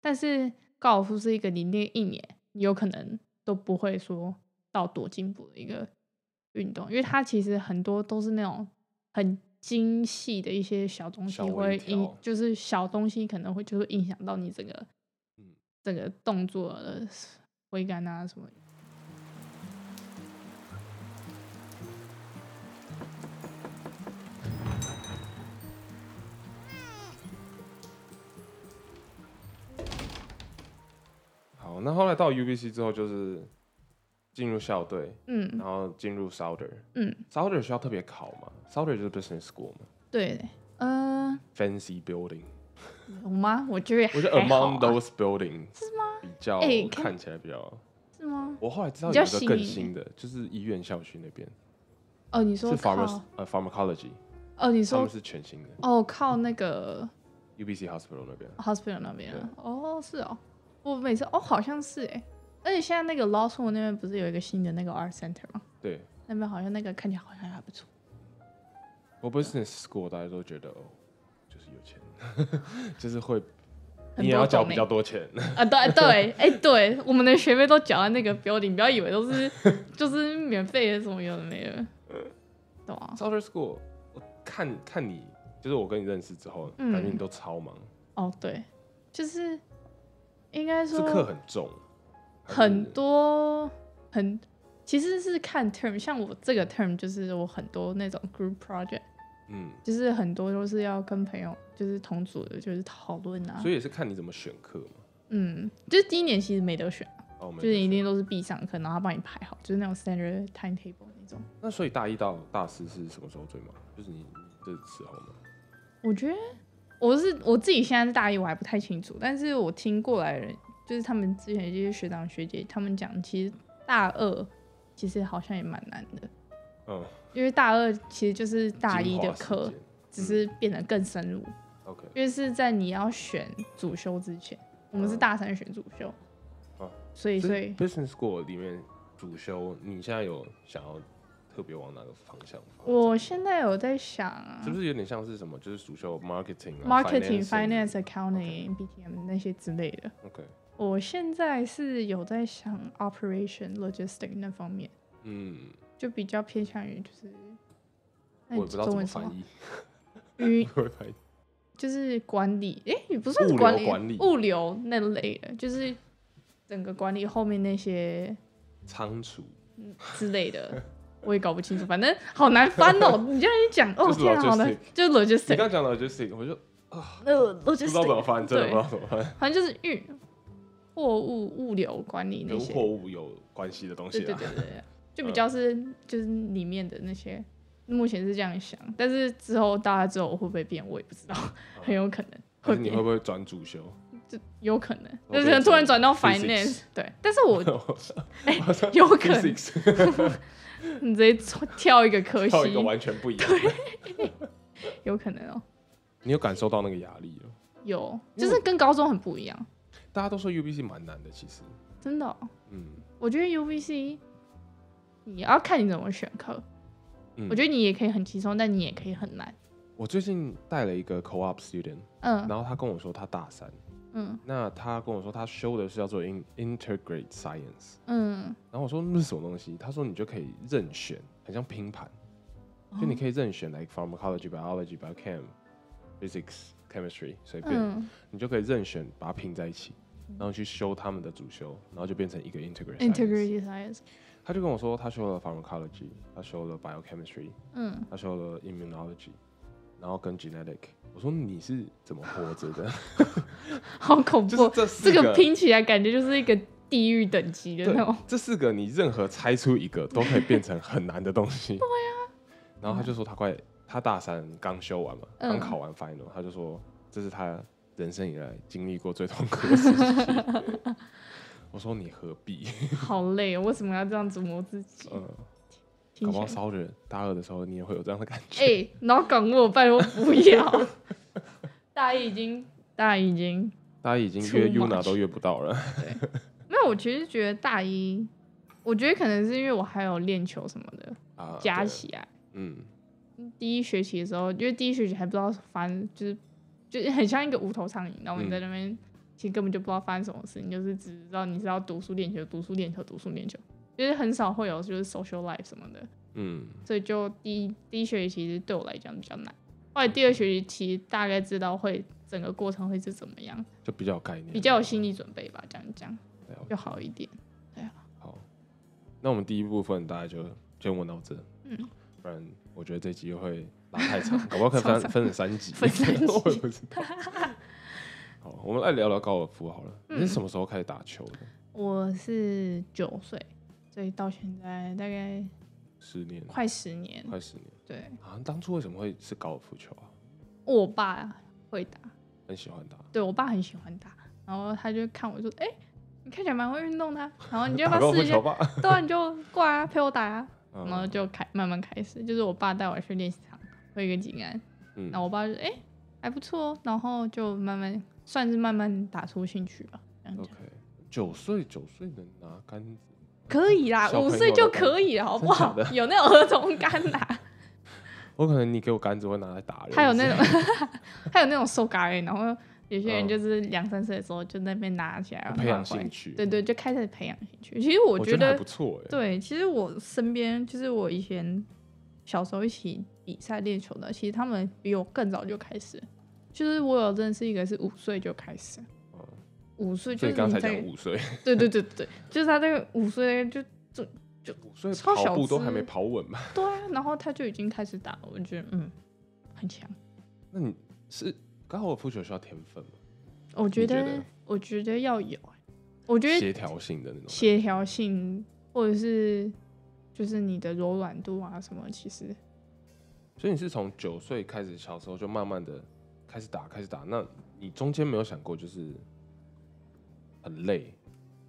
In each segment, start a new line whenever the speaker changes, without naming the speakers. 但是高尔夫是一个你练一年，你有可能都不会说到多进步的一个运动，因为它其实很多都是那种很精细的一些小东西
小
会
微
影
调，
就是小东西可能会就是影响到你整个
嗯
整个动作的挥杆啊什么的。
好，那后来到 UBC 之后就是进入校队，
嗯
然后进入 Souder。
嗯，
Souder 需要特别考嘛？Souder 就是 Business School 嘛
对，嗯、
，Fancy Building。
有吗？我觉得
嗯我觉得
还好
Among
啊
those buildings 是吗？比较
哎看
看起来比较。
是吗？
我后来知道
比
有
较
一个更
新
新的，就是医院校区那边
哦，你
是
说
pharmac
靠？
呃 pharmacology，
哦，你
他
说
们是全新的
哦，靠那个
UBC hospital 那边。
hospital 那边
对
啊哦，是哦，我每次哦，好像是哎，而且现在那个 law school 那边不是有一个新的那个 art center 吗？
对，
那边好像那个看起来好像还不 错，
我 business school 大家都觉得哦，就是有钱， 就是会
很
你也
多
要
种
交比
欸
较多钱。
啊，对对，哎、对，我们的学费都缴在那个 building，不要以为都是 就是免费的什么有的没的，对啊，
Southern School，我看看你，就是我跟你认识之后，
嗯
感觉你都超忙，
哦对，就是应该
是
说
课很重，还是
很多很其实是看 term，像我这个 term 就是我很多那种 group project。
嗯，
就是很多都是要跟朋友，就是同组的，就是讨论啊
所。以也是看你怎么选课嘛。
嗯，就是第一年其实没得选，
哦，没
就是
有
一定都是必上课，然后他帮你排好，就是那种 standard timetable 那种。
那所以大一到大四是什么时候最忙？就是你这时候吗？
我觉得我是我自己现在是大一，我还不太清楚，但是我听过来的人，就是他们之前这些学长学姐，他们讲，其实大二其实好像也蛮难的，
嗯，
因为大二其实就是大一的
精华时
课，
间
只是变得更深入。
，OK，
因为是在你要选主修之前，我们是
嗯
大三选主修，
哦
所以所以
business school 里面主修，你现在有想要特别往哪个方向发展？
我现在有在想啊
是不是有点像是什么？就是主修 marketing 啊、
marketing、
financing
finance、accounting、BTM 那些之类的。
OK，
我现在是有在想 operation、logistic 那方面，
嗯，
就比较偏向于就是，
我
那
也
你
不知道怎
中
么
文是什
翻
么
译，
与
不会翻译。
就是管理，诶，也不算是
物流
管理，
管理
物流那类的，就是整个管理后面那些
仓储
之类的，我也搞不清楚，反正好难翻哦。 你这样一讲，哦
就是
天啊，好难
logistic，
就是
你
logistic，
刚讲到 logistic，我就啊不
呃
知道怎
logistic，
么翻，真的
对
不知道怎么翻，
反正就是运、货物、物流管理那
跟
些，
货物有关系的东
对
西
对
啊。
对对，对 就比较是就是里面的那些，目前是这样想，但是之后大家之后会不会变，我也不知道，很有可能
哦还
会
是你
变
会，不会转主修？
就有可能，
我
就
变
是突然转到
成
finance，对，但是我 哎
我说
有可能
physics，
你直接跳一个科系
跳，一个完全不一样的。
有可能哦，
你有感受到那个压力了？
有，
因为
就是跟高中很不一样，
大家都说 UBC 蛮难的，其实，
真的哦、
嗯，
我觉得 UVC 你要看你怎么选课，
嗯
我觉得你也可以很轻松，但你也可以很难。
我最近带了一个 co-op student，
嗯
然后他跟我说他大三，
嗯
那他跟我说他修的是叫做 in integrate science，
嗯，
然后我说那是什么东西？他说你就可以任选，很像拼盘。
哦
就你可以任选，like pharmacology、biology、biochem、physics、chemistry，随便，
嗯，
你就可以任选把它拼在一起，然后去修他们的主修，然后就变成一个 integrate。
integrity science，
他就跟我说，他修了 pharmacology，他修了 biochemistry，
嗯，
他修了 immunology，然后跟 genetic。我说你是怎么活 着的？
好恐
就是
怖，
这
这
四
个拼起来感觉就是一个地狱等级的
对
那种。，
这四个你任何猜出一个都可以变成很难的东 西。对
啊
呀、然后他就说他快，他大三刚修完嘛，
嗯
刚考完 final，、他就说这是他人生以来经历过最痛苦的事情。 我说你何必？
好累哦，为什么要这样折磨自己？
嗯，
听起
搞不好
来，
烧人。大二的时候你也会有这样的感觉。
哎，脑梗我拜托不 要，大一已经大一已经
大家已经约
Too
UNA
much
都约不到了。
没有，我其实觉得大一，我觉得可能是因为我还有练球什么的
啊，
加
对，
起来。
嗯，
第一学期的时候，因为第一学期还不知道，反正就是就是很像一个无头苍蝇，然后你
嗯
在那边其实根本就不知道发生什么事，你就是只知道你是要读书练球、读书练球、读书练球，就是很少会有就是 social life 什么的，
嗯，
所以就第一第一学期其实对我来讲比较难。后来第二学期其实大概知道会整个过程会是怎么样，
就比较有概念，
比较有心理准备吧，这样讲
了解
就好一点。
好，那我们第一部分大概就先问到这，
嗯，
不然我觉得这集会拉太 长，搞不好可以
超
分
长
分成三集，
分三集
我也不知道。好，我们来聊聊高尔夫好了。你是
嗯
什么时候开始打球的？
我是九岁，所以到现在大概
十年，
快十年。
快十年。
对，
啊，当初为什么会是高尔夫球啊？
我爸会打，
很喜欢打，
对我爸很喜欢打，然后他就看我说：“哎、你看起来蛮会运动的啊、然后你就要
打
不要
高尔夫
试一下？
球吧。
对啊，你就过来啊，陪我打啊。”然后
嗯
就开慢慢开始，就是我爸带我去练习场挥个几杆，
嗯
然后我爸就哎、还不错哦，然后就慢慢算是慢慢打出兴趣吧，这样讲
，OK，九岁九岁能拿杆子，
可以啦，
小朋
五
友
岁就可以了，好不好
真假？
有那种儿童杆啦、
我可能你给我杆子会拿来打人。
还有那种， 还有那种手嘎欸，然后有些人
嗯
就是两三岁的时候就在那边拿起来然后
培养
拿过来
兴趣嗯
对对，就开始培养兴趣。其实我
我
觉
觉得还
得
不，错哎。
对，其实我身边就是我以前小时候一起比赛练球的，其实他们比我更早就开始。就是我有认识一个是五岁就开始，
嗯
五岁就
所
是
以刚
你
才
在
讲五岁，
对对对对，就是他这个五岁就
五岁
超小
跑步都
只
还没跑稳吧？
对啊，然后他就已经开始打了，我觉得嗯很强。
那你是高尔夫球需要天分吗？
我觉
你觉
得，
得
我觉得要有欸，我觉得
协调性的那种。
协调性或者是就是你的柔软度啊什么，其实
所以你是从九岁开始，小时候就慢慢的开始打，开始打。那你中间没有想过就是很累，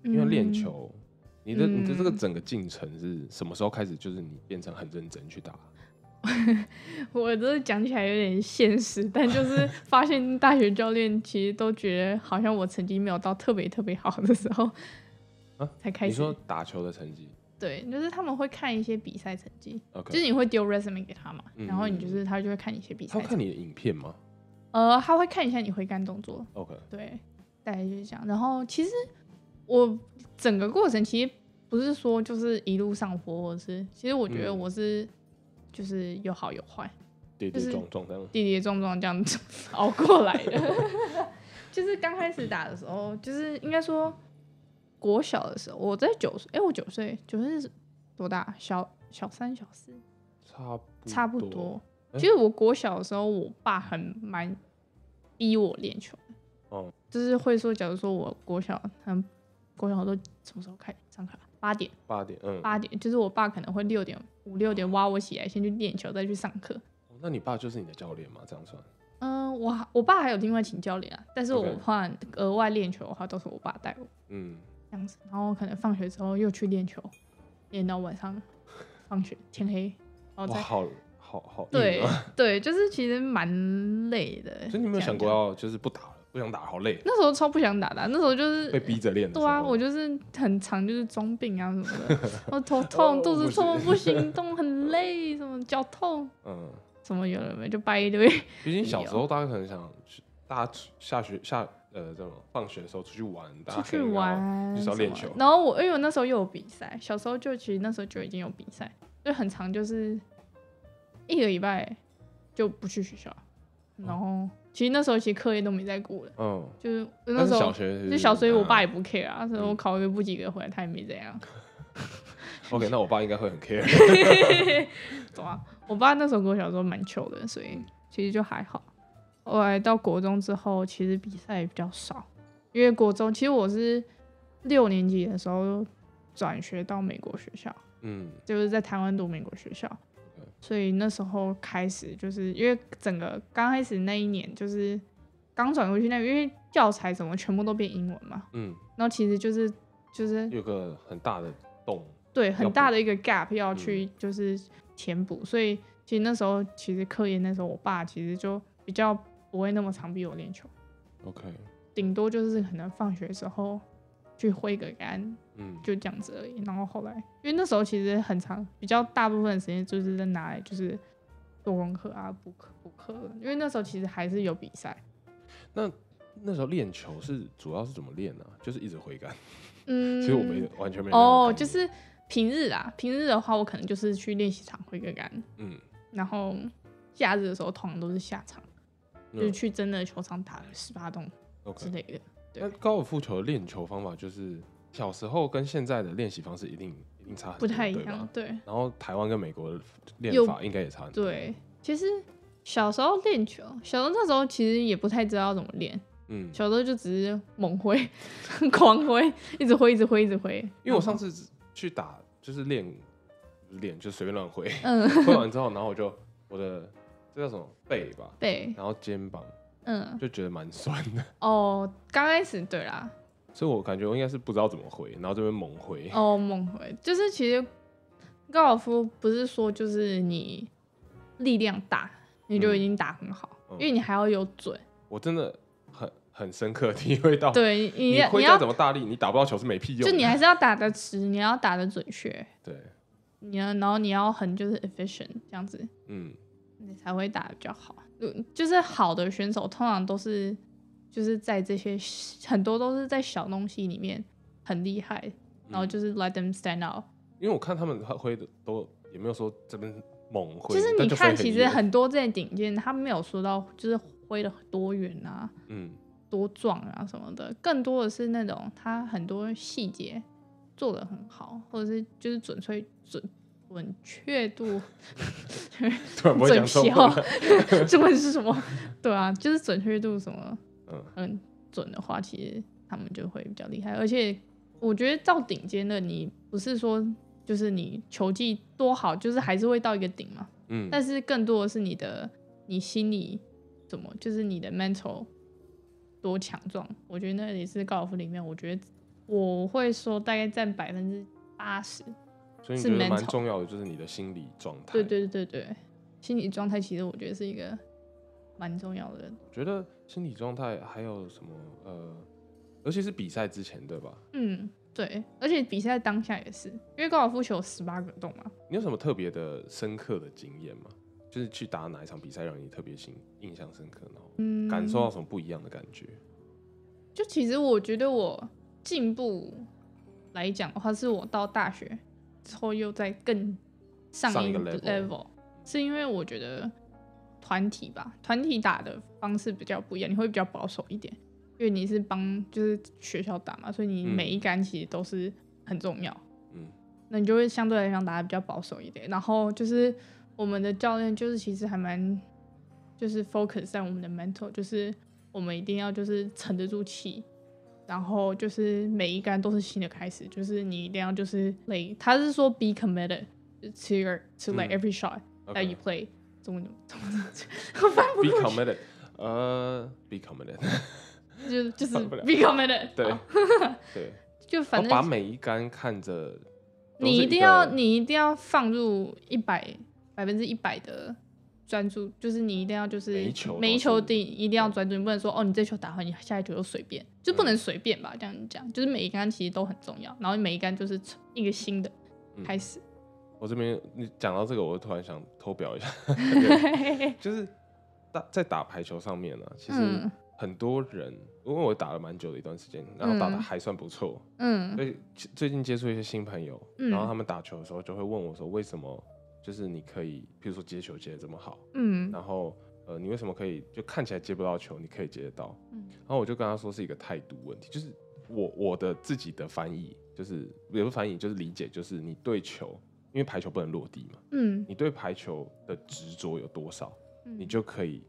因为练
嗯
球，你的你的这个
嗯
整个进程是什么时候开始？就是你变成很认真去打，
我这讲起来有点现实，但就是发现大学教练其实都觉得好像我成绩没有到特别特别好的时候，
啊
才开
你
始
说打球的成绩
对，就是他们会看一些比赛成绩，就是
，OK，
你会丢 resume 给他嘛，然后你就
嗯
是他就会看一些比
他
赛
会
成
看你的影片吗
呃，他会看一下你挥杆动作，
？OK，
对，大概就是这样。然后其实我整个过程其实不是说就是一路上坡，或者是其实我觉得
嗯
我是、就是有好有坏，
跌
就
跌
是
撞撞这样，
跌跌撞撞这样子 熬过来的。 就是刚开始打的时候，就是应该说国小的时候，我在九岁，哎、我九岁，九岁是多大？小小三、小四，
差不
差不多。
诶
其实我国小的时候，我爸很蛮逼我练球的，
哦
就是会说，假如说我国小，嗯，国小都什么时候开上课啊？八点，
八点，嗯，
八点，就是我爸可能会六点五六点挖我起来，先去练球，再去上课。
哦那你爸就是你的教练嘛？这样算，
嗯，我还我爸还有另外请教练啊，但是我
OK
怕额外练球的话，都是我爸带我
嗯，
这样子，然后可能放学之后又去练球，练到晚上放学天黑，然后
哇，
再
好好好，硬
对
哦
对，就是其实蛮累的。
所以你有没
这
有
样
想过
讲
要就是不打了，不想打，好累，
那时候超不想打的啊、那时候就是
被逼着练的时候。
对啊，我就是很常就是装病啊什么 的，我头痛、
哦
肚子
不是
痛、不行动、很累，什么脚痛，
嗯，
什么有的没，就掰一堆。
毕竟小时候大家可能想去，大家出下学下呃这种放学的时候出去玩，大家
出去
hang out，
玩
就是要
什
练
么
球
然后我因为我那时候又有比赛，小时候就其实那时候就已经有比赛，就很长，就是一个礼拜就不去学校，
哦
然后其实那时候其实课业都没在顾了，
嗯，
就是那
但是
时候
小学
就小学我爸
也、
也不 care 啊，所以我
嗯
考个不及格回来他也没怎样，
OK，那我爸应该 会很 care。
懂啊？我爸那时候跟我小时候蛮糗的，所以其实就还好。后来到国中之后，其实比赛也比较少，因为国中其实我是六年级的时候转学到美国学校，
嗯，
就是在台湾读美国学校，所以那时候开始就是因为整个刚开始那一年就是刚转过去那边，因为教材什么全部都变英文嘛，
嗯，
然后其实就是就是
有个很大的洞，
对
要
很
补
大的一个 gap 要去就是填补，所以其实那时候其实科研那时候我爸其实就比较不会那么常逼我练球，
OK，
顶多就是可能放学之后去挥个杆
嗯，
就这样子而已。然后后来因为那时候其实很长，比较大部分的时间就是在拿来就是嗯做功课啊、补课补课的，因为那时候其实还是有比赛，
那时候练球是主要是怎么练呢、就是一直挥杆。
嗯，
其实我没完全没那种
哦，
概
就
念
是平日啊，平日的话，我可能就是去练习场挥个杆，
嗯，
然后假日的时候通常都是下场，
嗯
就是去真的球场打十八洞之
OK。
类的。对
那高尔夫球的练球方法就是小时候跟现在的练习方式一定一定差很
不
多
太一
对吧
样，对
然后台湾跟美国的练
又
法应该也差很多。
对。其实小时候练球，小时候那时候其实也不太知道怎么练，
嗯，
小时候就只是猛挥、 狂挥，一直挥、一直挥、一直挥。
因为我上次去打就是练不是练就随便乱挥，
嗯
挥完之后，然后我就我的这叫什么背吧，
对，
然后肩膀
嗯
就觉得蛮酸的，
哦，刚开始对啦，
所以我感觉我应该是不知道怎么挥，然后这边猛挥。
哦，梦回就是其实高尔夫不是说就是你力量大你就已经打很好，
嗯
因为你还要有准，
我真的很很深刻地体会到，
对你
哦你
你
挥再
要
怎么大力，你打不到球是没屁用
就
的。
你还是要打的直，你要打的准确，
对，
你要然后你要很就是 efficient 这样子，
嗯，
你才会打的比较好。嗯就是好的选手通常都是就是在这些很多都是在小东西里面很厉害，然后就是 let them stand out。
因为我看他们挥的都也没有说这边猛挥，
就是
但
你
挥
看，其实
远
很多这些顶尖，他没有说到就是挥的多远啊、
嗯
多壮啊什么的，更多的是那种他很多细节做的很好，或者是就是准确准准确度
突然不会
准
讲错
确
话，
哦， 中文是什么？对啊，就是准确度什么
嗯
很准的话，其实他们就会比较厉害。而且我觉得到顶尖的，你不是说就是你球技多好，就是还是会到一个顶嘛。
嗯，
但是更多的是你的你心里怎么，就是你的 mental 多强壮。我觉得那也是高尔夫里面，我觉得我会说大概占百分之八十。
所以你
是
觉得
mental
蛮重要的就是你的心理状态。
对，对对对，心理状态其实我觉得是一个蛮重要的。
我觉得心理状态还有什么呃，尤其是比赛之前，对吧？
嗯，对，而且比赛当下也是，因为高尔夫球有十八个洞嘛。
你有什么特别的深刻的经验吗？就是去打哪一场比赛让你特别印印象深刻，然后
嗯，
感受到什么不一样的感觉？
就其实我觉得我进步来讲的话，是我到大学之后又在更上
上一
一
个
个
level
level，是因为我觉得团体吧，团体打的方式比较不一样，你会比较保守一点，因为你是帮就是学校打嘛，所以你
嗯
每一杆其实都是很重要。
嗯
那你就会相对来讲打的比较保守一点。然后就是我们的教练就是其实还蛮就是 focus 在我们的 mental，就是我们一定要就是沉得住气，然后就是每一杆都是新的开始，就是你一定要就是 play，他是说 be committed to your to like
嗯
every shot that
，OK，
you play，、中文怎么怎么怎么 我翻哎不
be
过
committed，呃，be committed，
去，就是就是
翻不了
be committed，
对
好
对，哦
就哦 反
然后把
正
每一杆看着都是
你
一
一定要
个
你一定要放入一百百分之一百的专注，就是你一定要就是
每一球都
每一球
是
定一定要专注，你不能说哦你这球打好，你下一球就随便，就不能
嗯
随便吧？这样讲，就是每一杆其实都很重要，然后每一杆就是一个新的
嗯
开 始。
我这边你讲到这个，我突然想偷表 一下，对就是打在打排球上面呢、啊，其实
嗯
很多人，因为我打了蛮久的一段时间，然后打的
嗯
还算不错，
嗯
所以其最近接触一些新朋友，
嗯
然后他们打球的时候就会问我说，为什么就是你可以，譬如说接球接的这么好，
嗯
然后呃，你为什么可以就看起来接不到球，你可以接得到？
嗯
然后我就跟他说是一个态度问题，就是我我的自己的翻译，就是也不是翻译，就是理解，就是你对球，因为排球不能落地嘛，
嗯，
你对排球的执着有多少，
嗯
你就可以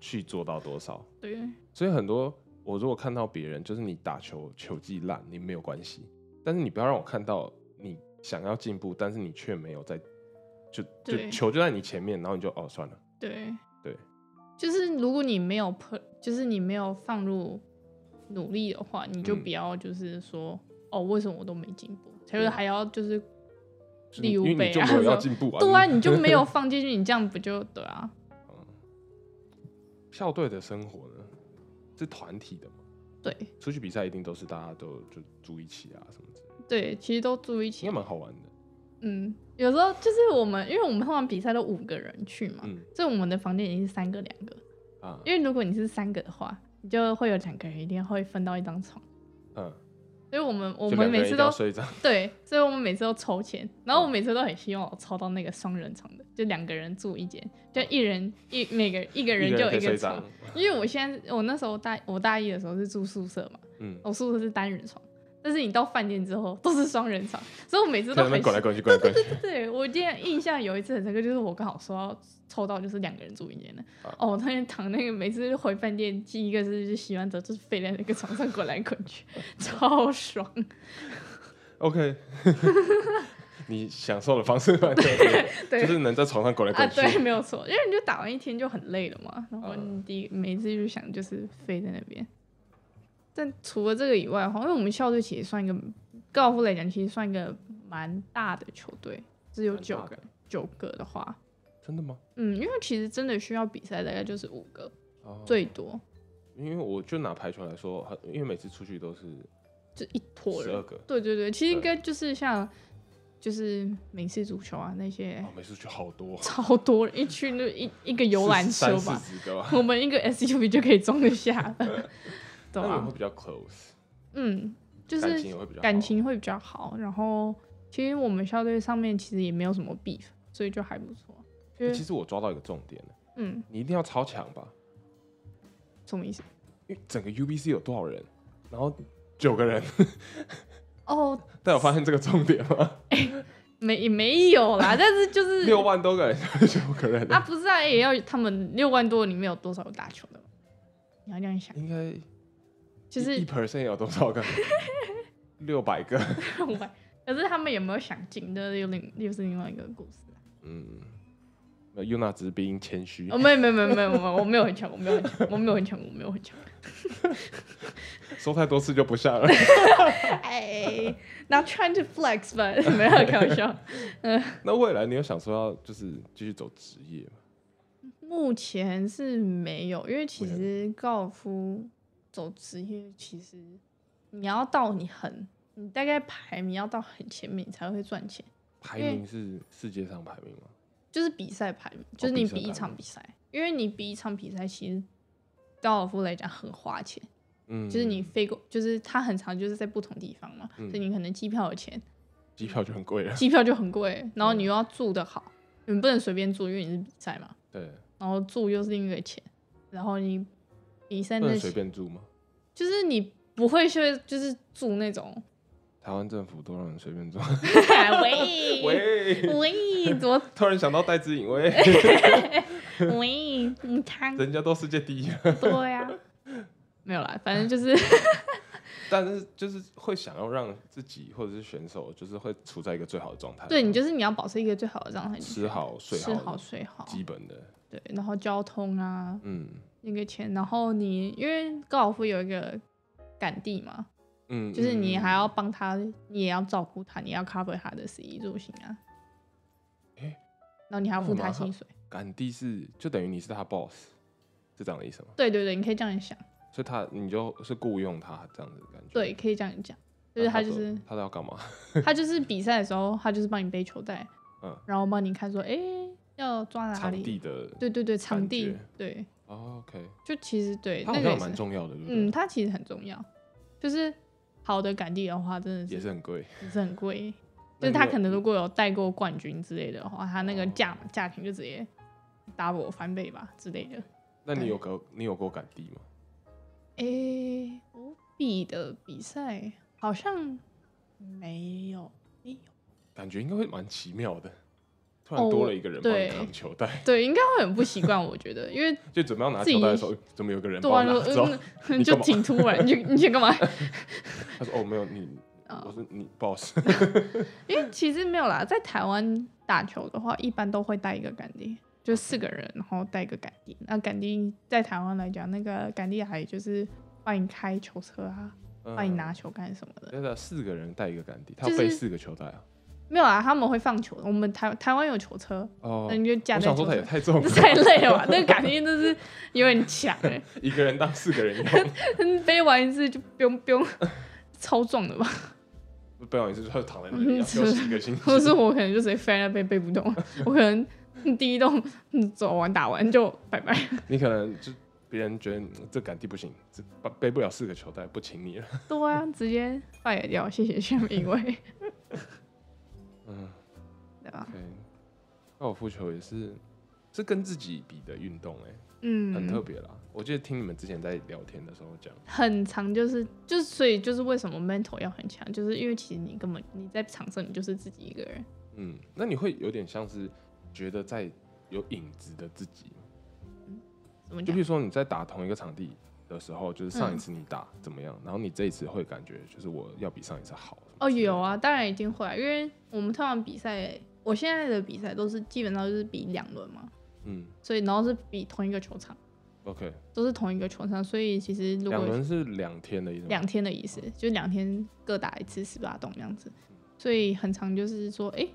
去做到多少。
对，
所以很多我如果看到别人，就是你打球球技烂，你没有关系，但是你不要让我看到你想要进步，但是你却没有在，就就
对
球就在你前面，然后你就哦算了，
对
对，
就是如果你没有 put，就是你没有放入努力的话，你就
嗯
不要就是说、哦，为什么我都没进步？才
对
是还要就是
就是
例
因
如
为
北
你就
啊
没有要
什么
进步啊，
对啊，你就 没有放进去，你这样不就对啊？
嗯校队的生活呢是团体的嘛，
对
出去比赛一定都是大家都就住一起啊什么之类的，
对，其实都住一
应
起
该。蛮好玩的。
嗯，有时候就是我们，因为我们通常比赛都五个人去嘛，
嗯
所以我们的房间已经是三个两个。
啊，
因为如果你是三个的话，你就会有两个人一定会分到一张床。
嗯，
所以我们我
就
们
两个人
每
一
次
定
都
要睡 一张，
对，所以我们每次都抽签，然后我每次都很希望我抽到那个双人床
嗯
的，就两个人住一间，就一人一每个一个
一
人就
人
有
可以
一
睡
个
一张
床。，因为我现在我那时候大我大一的时候是住宿舍嘛，
嗯，
我宿舍是单人床，但是你到饭店之后都是双人床，所以我每次
在
都
那
很
边滚来
喜
滚去，滚来滚 去，
对我记得印象有一次很深刻，就是我刚好说要抽到就是两个人住一间的，
啊
哦，我那天躺那个每次回饭店，第一个是就洗完澡就是飞在那个床上 滚来滚去，超爽。
OK，你享受的方式蛮特别，
对，
就是能在床上滚来
啊，
滚
对，
去。
没有错，因为你就打完一天就很累了嘛，然后
嗯
你第一、每次就想就是飞在那边。但除了这个以外的话，因为我们校队其实算一个高尔夫来讲，其实算一个蛮大的球队，只有
蛮大
九
的
个，九个的话，
真的吗？
嗯，因为其实真的需要比赛大概就是五个
哦，
最多，
因为我就拿排球来说，很因为每次出去都是
就一坨
十
人
二。个，
对对对，其实应
对
该就是像就是美式足球啊那些
哦，每次去好多，
超多人，一去那一一个游览车
三
吧，
四十个吧，
我们一个 SUV 就可以装得下了， 懂
那你们
吗
会？比较 close，
嗯，啊就
感
是
情也会比较好
感情会比较好。然后其实我们校队上面其实也没有什么 beef，所以就还不错。就
欸
是
其实我抓到一个重点了，
嗯，
你一定要超强吧，
什么意思？
因为整个 UBC 有多少人，然后九个人，
哦，
但有发现这个重点吗？
没也没有 啦，但是就是
六万多个人，九个人，
啊，不是啊，也要他们六万多里面有多少有打球的嘛？你要这样想，
应该
就是
一 percent 有多少个？ 六百个，
五百，可是他们有没有想进，这又另又是另外一个故 事。
嗯。那 Yuna 只是比你谦虚
哦，，没有没有没有没有没有，我没有很强，我没有很强，我没有很强，我没有很强。
说太多次就不下了。
哎，not trying to flex but 没有开玩笑。
那未来你有想说要就是继续走职业吗？
目前是没有，因为其
为什
实高尔夫走职业，其实你要到你很，你大概排名要到很前面，你才会赚钱。
排名是世界上排名吗？
就是比赛排名，就是
比
你
赛
比一
排
场
名
比赛，因为你比一场比赛，其实高尔夫来讲很花钱，
嗯，嗯
就是你飞过，就是它很长，就是在不同地方嘛，所以你可能机票的钱，
机票就很贵 了。
机票就很贵，然
嗯
后你又要住的好，你不能随便住，因为你是比赛嘛。
对，
然后住又是另一个钱，然后你比赛
不
那
能随
些，
便住吗？
就是你不会去就是住那 种，
台湾政府都让人 随便住。
喂
喂，
喂，怎么
突然想到戴之 颖，喂，
喂，你看
人家都世界第一了，
对 呀、没有啦，反正就是
但是就是会想要让自己或者是选手，就是会处在一个最好的状态。
对你就是你要保持一个最好的状态，
吃好睡
吃
好
好，睡好，
基本的，
对，然后交通啊
嗯
那个钱，然后你因为高尔夫有一个杆地嘛，
嗯，
就是你
嗯
还要帮他，你也要照顾他，你要 cover 他的食衣住行啊，
诶
然后你还要付
那我
他
蛮好
薪水。
感地是就等于你是他 boss，是这样的意思吗？
对对对，你可以这样想，
所以他你就是雇佣他这样子的感觉。
对，可以这样讲，就是
那
他
他
就
都
是
啊他都要干嘛？
他就是比赛的时候，他就是帮你背球袋，
嗯，
然后帮你看说，哎、要抓哪
场
里？
地的
对对对，场
感
地
觉，
对，
哦，OK，
就其实对
他
那
好
个也
像
是
蛮，重要的，对不对？
嗯，它其实很重要，就是好的感地的话，真的
也
是
是很贵。
也是很贵。就
那
是
你
他
有嗯
可能如果有带过冠军之类的话，他那个
哦
价价钱就直接 double 翻倍吧之类的。
那你有过你有过感地吗？
诶、五比的比赛好像没有，没有，
感觉应该会蛮奇妙的，突
哦
然多了一个人帮你
对
扛球袋，
对，应该会很不习惯，我觉得，因为
就准备要拿
自己
球袋的时候，怎么有个人
对完
帮我拿
了，
走？
嗯，
你
就
干嘛
挺突然，你你想干 嘛？
他说：“哦，没有你，
啊
我是你 boss。
因为其实没有啦，在台湾打球的话，一般都会带一个杆地，就四个人，然后带一个杆地。那杆地在台湾来讲，那个杆地还就是帮你开球车啊，”帮你拿
嗯。
球杆什么的。
对的，四个人带一个杆地，他
就
要背
是
四个球袋啊。
没有啦，他们会放球，我们台台湾有球车，
哦
那，你就架
我
在
想
球
说他也
车。
太重了
这， 太累了吧？那个感觉真是有点强哎、
一个人当四个人用，
背完一次就不用不用，超重的吧？
不然也是就躺在那里啊
嗯
要休息一个星期。
或 者是我可能就直接飞在那边背不 动，我可能第一栋嗯走完打完就拜拜。
你可能就别人觉得嗯这感地不行，这背背不了四个球袋，不请你 了。
对啊，直接 fire 掉，谢谢薛明威，
嗯
对啊吧？
，OK，高尔夫球也是是跟自己比的运动、欸，
嗯，
很特别啦。我记得听你们之前在聊天的时候讲，
很长，就是就是，所以就是为什么 mental 要很强，就是因为其实你根本你在场上你就是自己一个人，
嗯，那你会有点像是觉得在有影子的自己吗，
怎么
就
讲
比如？说你在打同一个场地的时候，就
嗯
是上一次你打怎么样，然后你这一次会感觉就是我要比上一次好。
哦，有，啊，当然一定会啊，因为我们通常比赛，我现在的比赛都是基本上就是比两轮嘛，
嗯
所以然后是比同一个球场，
，OK，
都是同一个球场，所以其实如
两
果
轮是两天的意思吗，
两天的意思，就两天各打一次十八洞这样子，所以很常就是说，哎、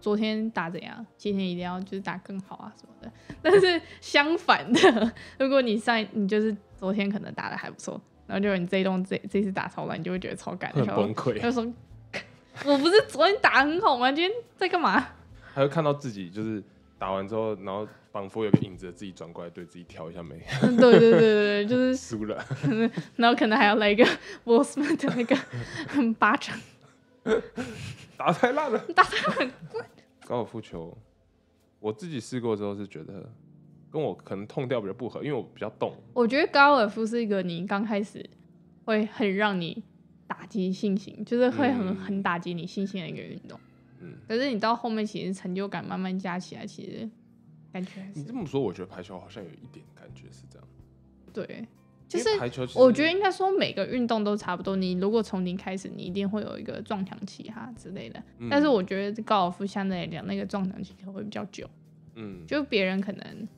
昨天打怎样，今天一定要就是打更好啊什么的。 但是相反的，如果你上一你就是昨天可能打的还不错，然后就你这一洞这这次打超烂，你就会觉得超感
会
动，
很崩溃，
就说 我不是昨天打很好吗？今天在干嘛？
还会看到自己就是打完之后，然后仿佛有个影子的自己转过来对自己挑一下眉，
嗯，对对对对对，就是
输了。
然后可能还要来一个 Will Smith 的 那个巴掌，
打太烂了。
打
太烂。 高尔夫球，我自己试过之后是觉得跟我可能痛调比较不合，因为我比较动。
我觉得高尔夫是一个你刚开始会很让你打击信心，就是会很、
嗯
很打击你信心的一个运动。
嗯，
可是你到后面其实成就感慢慢加起来，其实感觉还
你
是
这么说，我觉得排球好像有一点感觉是这样。
对，就
因
是
为排球其实，
我觉得应该说每个运动都差不多。你如果从零开始，你一定会有一个撞墙期哈之类的。
嗯
但是我觉得高尔夫相对来讲，那个撞墙期会比较久。
嗯，
就别人可能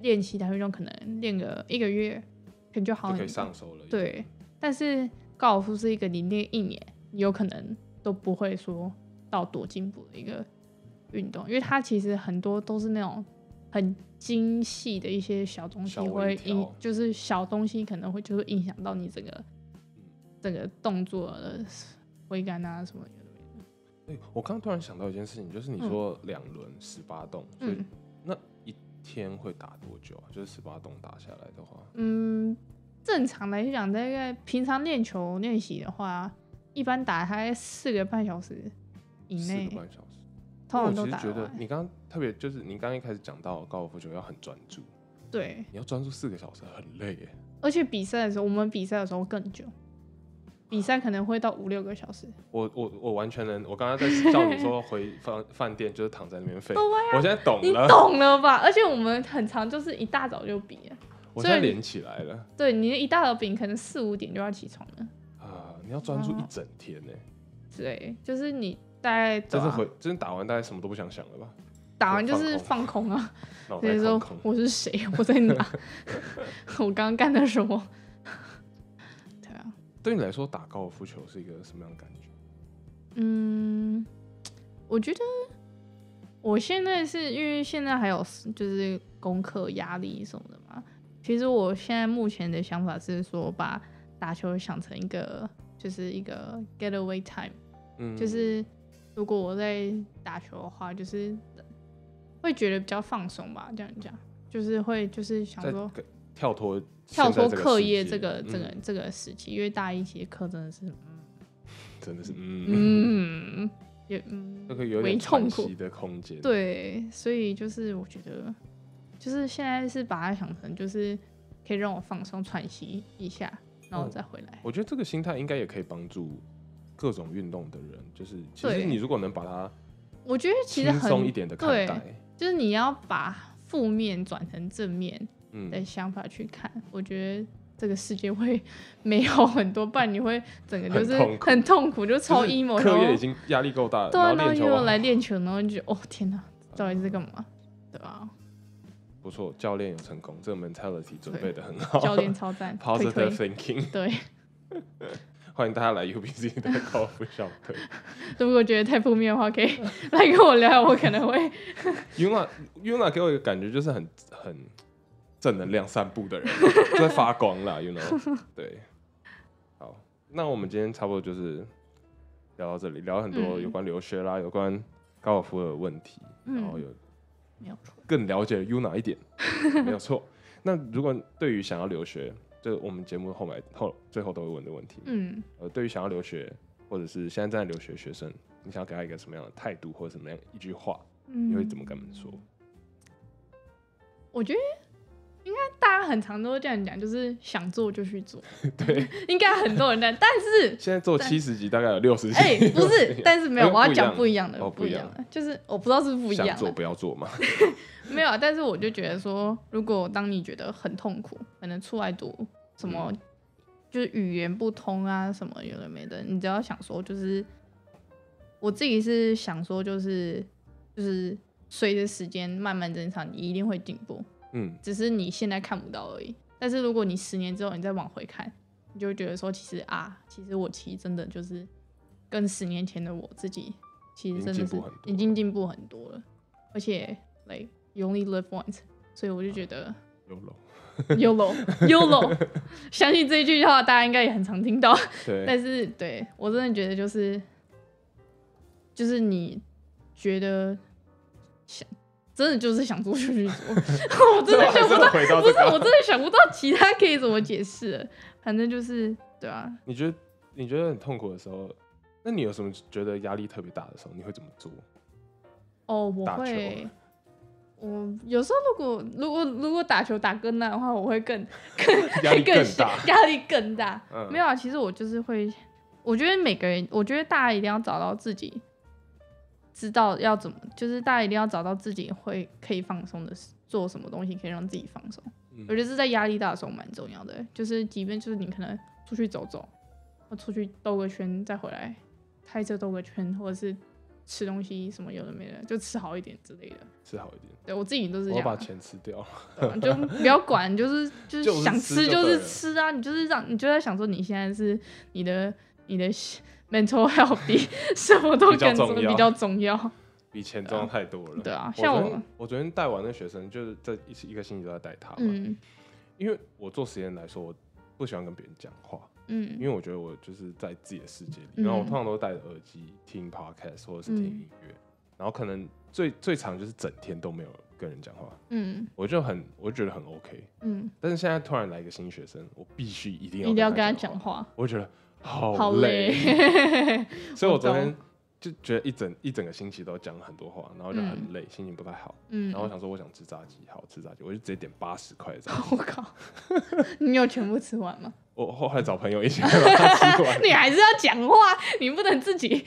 练其他运动，可能练个一个月，可能就好很
就
多。
可以上手了。，
对，但是高尔夫是一个你练一年，你有可能都不会说到多进步的一个运动，因为它其实很多都是那种很精细的一些小东西
小微
会影
调，
就是小东西可能会就是影响到你整个
嗯
整个动作的挥杆啊什么的。
哎我刚刚突然想到一件事情，就是你
嗯
说两轮十八洞，所以
嗯
那一天会打多久啊？就是十八洞打下来的话，
嗯，正常来讲，大概平常练球练习的话，一般打开四个半小时以
四
内
个，半小时。
通常
因为
都
我其
打
实觉
得
得
完。
你刚刚特别就是你刚刚一开始讲到高尔夫球要很专注，
对，
你要专注四个小时很累耶。
而且比赛的时候，我们比赛的时候更久，比赛可能会到五六个小时。
我我我完全能，我刚刚 在叫你说回饭饭店就是躺在那边废，我现在懂
啊你
了，
懂了吧？而且我们很常就是一大早就比了，
我现
所
在
以
连起来了
对你一大早比，你可能四五点就要起床了，
啊！你要专注一整天呢，
对，就是你大概
真是
打
回真是打完大概什么都不想想了吧？
打完就是放空啊，
脑
所
袋
以
空
说
空。
我是谁， 我在哪，我刚刚干了什么？对啊，
对你来说，打高尔夫球是一个什么样的感觉？
嗯，我觉得我现在是因为现在还有就是功课压力什么的嘛。其实我现在目前的想法是说，把打球想成一个就是一个 getaway time，、
嗯，
就是如果我在打球的话，就是会觉得比较放松吧，这样讲，就是会就是想
在
说。
跟跳脱
跳
现在
脱
这个
课
世
业
界
这个
嗯
这个这个时期，因为大一其实课真的 是，
真的是嗯，
嗯，也嗯
这个有
为
点
痛
喘
苦
息，的空间。
对，所以就是我觉得，就是现在是把它想成就是可以让我放松喘息一下，然后
嗯
再回来。
我觉得这个心态应该也可以帮助各种运动的人，就是其实
对
你如果能把它
我觉得其实
轻松一
很，
点的看
对
待，
就是你要把负面转成正面
嗯，
的想法去看，我觉得。这个世界会 没有很多，不然你会整个就
很
是
痛苦
很痛苦，就超
就是
emo，然
课
后
业已经压力够大了，
对啊，然
后
后
练球
又
完
来练球，然后你就觉得哦天哪，到底是干嘛？对啊吧、
不错，教练有成功，这个 mentality 准备的很好。
教练超 赞，推
positive
推。
thinking，
对，
欢迎大家来 UBC 的高尔夫校队。
如果觉得太负面的话，可以 来跟我聊聊，我可能会
Yuna Yuna 给我一个感觉就是很很正能量散步 的人，就在发光啦，You know？对，好，那我们今天差不多就是聊到这里，聊了很多
嗯
有关留学啦，有关高尔夫的问题，
嗯
然后有
没有错。
更了解 Yuna 一点，没有错。那如果对于想要留学，就我们节目后面后最后都会问的问题，
嗯，
呃，对于想要留学或者是现在正在留学的学生，你想要给他一个什么样的态度或者什么样一句话，你
你
会怎么跟他们说？
嗯我觉得应该大家很常都会这样讲，就是想做就去做，
对，
应该很多人这样，但 是
现在做
但
七十集大概有六十集，
哎、不是，但是没有，
哎
我要
不一
讲
样
不一样的，
哦
不
不
一
一
样
样
的，就是我不知道是不是不一
想
样
做
的，
不要 做嘛，
没有啊，但是我就觉得说，如果当你觉得很痛苦，可能出来读什么，
嗯
就是语言不通啊，什么有的没的，你只要想说，就是我自己是想说，就是就是随着时间慢慢增长，你一定会进步，
嗯，
只是你现在看不到而已。但是如果你十年之后你再往回看，你就会觉得说，其实啊，其实我其实真的就是跟十年前的我自己，其实真的
已经
是
进步很多
已经进步很多了，而且 like you only live once，所以我就觉得
有了，
YOLO YOLO，相信这一句话大家应该也很常听到，
对，
但是对我真的觉得就是，就是你觉得想，真的就是想做就去做， 我真的
还
想不
是
到，
回到
不
这
是我
个，
真的想不到其他可以怎么解释了，反正就是对啊，
你觉得你觉得很痛苦的时候，那你有什么觉得压力特别大的时候，你会怎么做？
哦，我
打球
会。我有时候如果如果如果打球打更烂的话，我会更
压力更
小
大，
压力更大。
嗯，
没有啊，其实我就是会，我觉得每个人，我觉得大家一定要找到自己知道要怎么，就是大家一定要找到自己会可以放松的事，做什么东西可以让自己放松。
嗯，
我觉得是在压力大的时候蛮重要的，就是即便就是你可能出去走走，或出去兜个圈再回来，开车兜个圈，或者是吃东西什么有的没的，就吃好一点之类的。
吃好一点，
对我自己都是这
我要
样
把
啊，
钱吃掉，
对啊就不要管，就是就
就是
是想
吃
吃
就
就
对
是
了
吃啊，你就是让你就在想说你现在是你的你的 mental health 比什么都
比较
更
重要
比较重要，
比钱重要太多了。
对啊，
我
像
昨
我
天，我昨天带完的学生，就是这一一个星期都在带他嘛，
嗯
因为我做实验来说，我不喜欢跟别人讲话，因
嗯
为我觉得我就是在自己的世界里，
嗯
然后我通常都戴着耳机听 podcast 或者是听音乐，然后可能最最长就是整天都没有跟人讲话，
嗯
我就很我就觉得很 OK，
嗯，
但是现在突然来一个新学生，我必须一定
一
要
定要跟他
他
讲
话，
话，
我就觉得好
好
累，
累，
所以我昨
我懂
天就觉得一整一整个星期都讲很多话，然后就很累，心情不太好，
嗯
然，后我想说我想吃炸鸡，好吃炸鸡，我就直接点八十块的炸鸡，
我靠， 你有全部吃完吗？ ，
我后来找朋友一起把 它吃完
你还是要讲话，你不能自己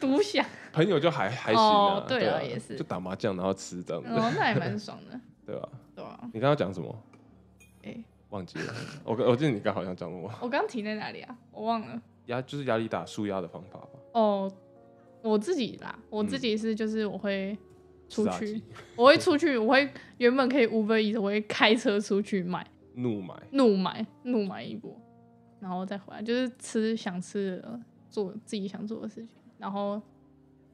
独享，
朋友就还还行
哦
啊，
对
啊
了也是
就打麻将然后吃这样子，
哦，那也蛮爽的，
对吧？
对啊，
你刚刚讲什么？
哎，
忘记了，我我记得你刚好像讲什么
我刚停在哪里啊？我忘了。
压，就是压力大舒压的方法吧。
哦，我自己啦，我
嗯
自己是就是我会出
吃炸
去，
鸡
我会出去，我会原本可以 Uber Eats，我会开车出去买，
怒买，
怒买怒买一波，然后再回来，就是吃想吃的，做自己想做的事情，然后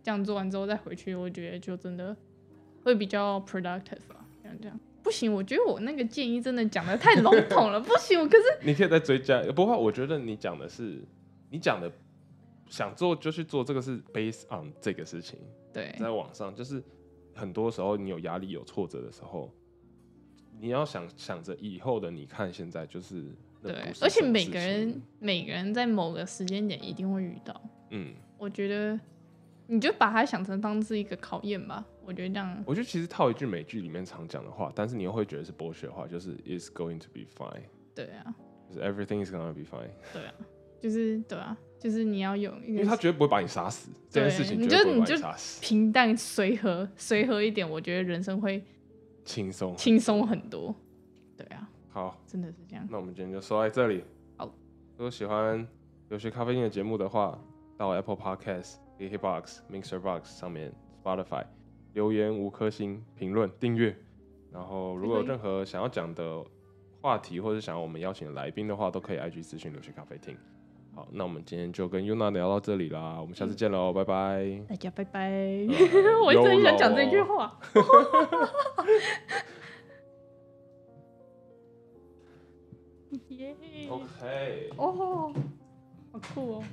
这样做完之后再回去，我觉得就真的会比较 productive 啊，这样这样。不行，我觉得我那个建议真的讲的太笼统了，不行，我 可是
你可以再追加。不过我觉得你讲的是，你讲的想做就去做，这个是 based on 这个事情。
对，
在网上，就是很多时候你有压力、有挫折的时候，你要想想着以后的你看现在就是那
对
不，是
而且
什么
每
事
个
情
人每个人在某个时间点一定会遇到，
嗯，
我觉得你就把它想成当是一个考验吧。我觉得这样，
我觉得其实套一句美剧里面常讲的话，但是你又会觉得是剥削的话，就是 "It's going to be fine"，
对啊，
就是 "Everything is going to be fine"，
对啊，就是对啊，就是你要有一
因为他
个
绝对不会把你杀死，这件
对
事情
你
绝
就
对不会把
你就
你杀死，
平淡随和、随和一点，我觉得人生会
轻松。
轻松很多。对啊，
好，
真的是这样。
那我们今天就说在这里。
好，
如果喜欢留学咖啡因的节目的话，到 Apple Podcast、KKBox、Mixer Box 上面、Spotify 留言五颗星、评论、订阅。然后，如果有
评论
任何想要讲的话题，或者想要我们邀请的来宾的话，都可以 IG 私讯留学咖啡厅。好，那我们今天就跟 Yuna 聊到这里啦，我们下次见喽，拜拜。
大家拜拜！
呃
我一直很想
YOLO
讲这句话。 耶！
OK。
哦，好酷哦！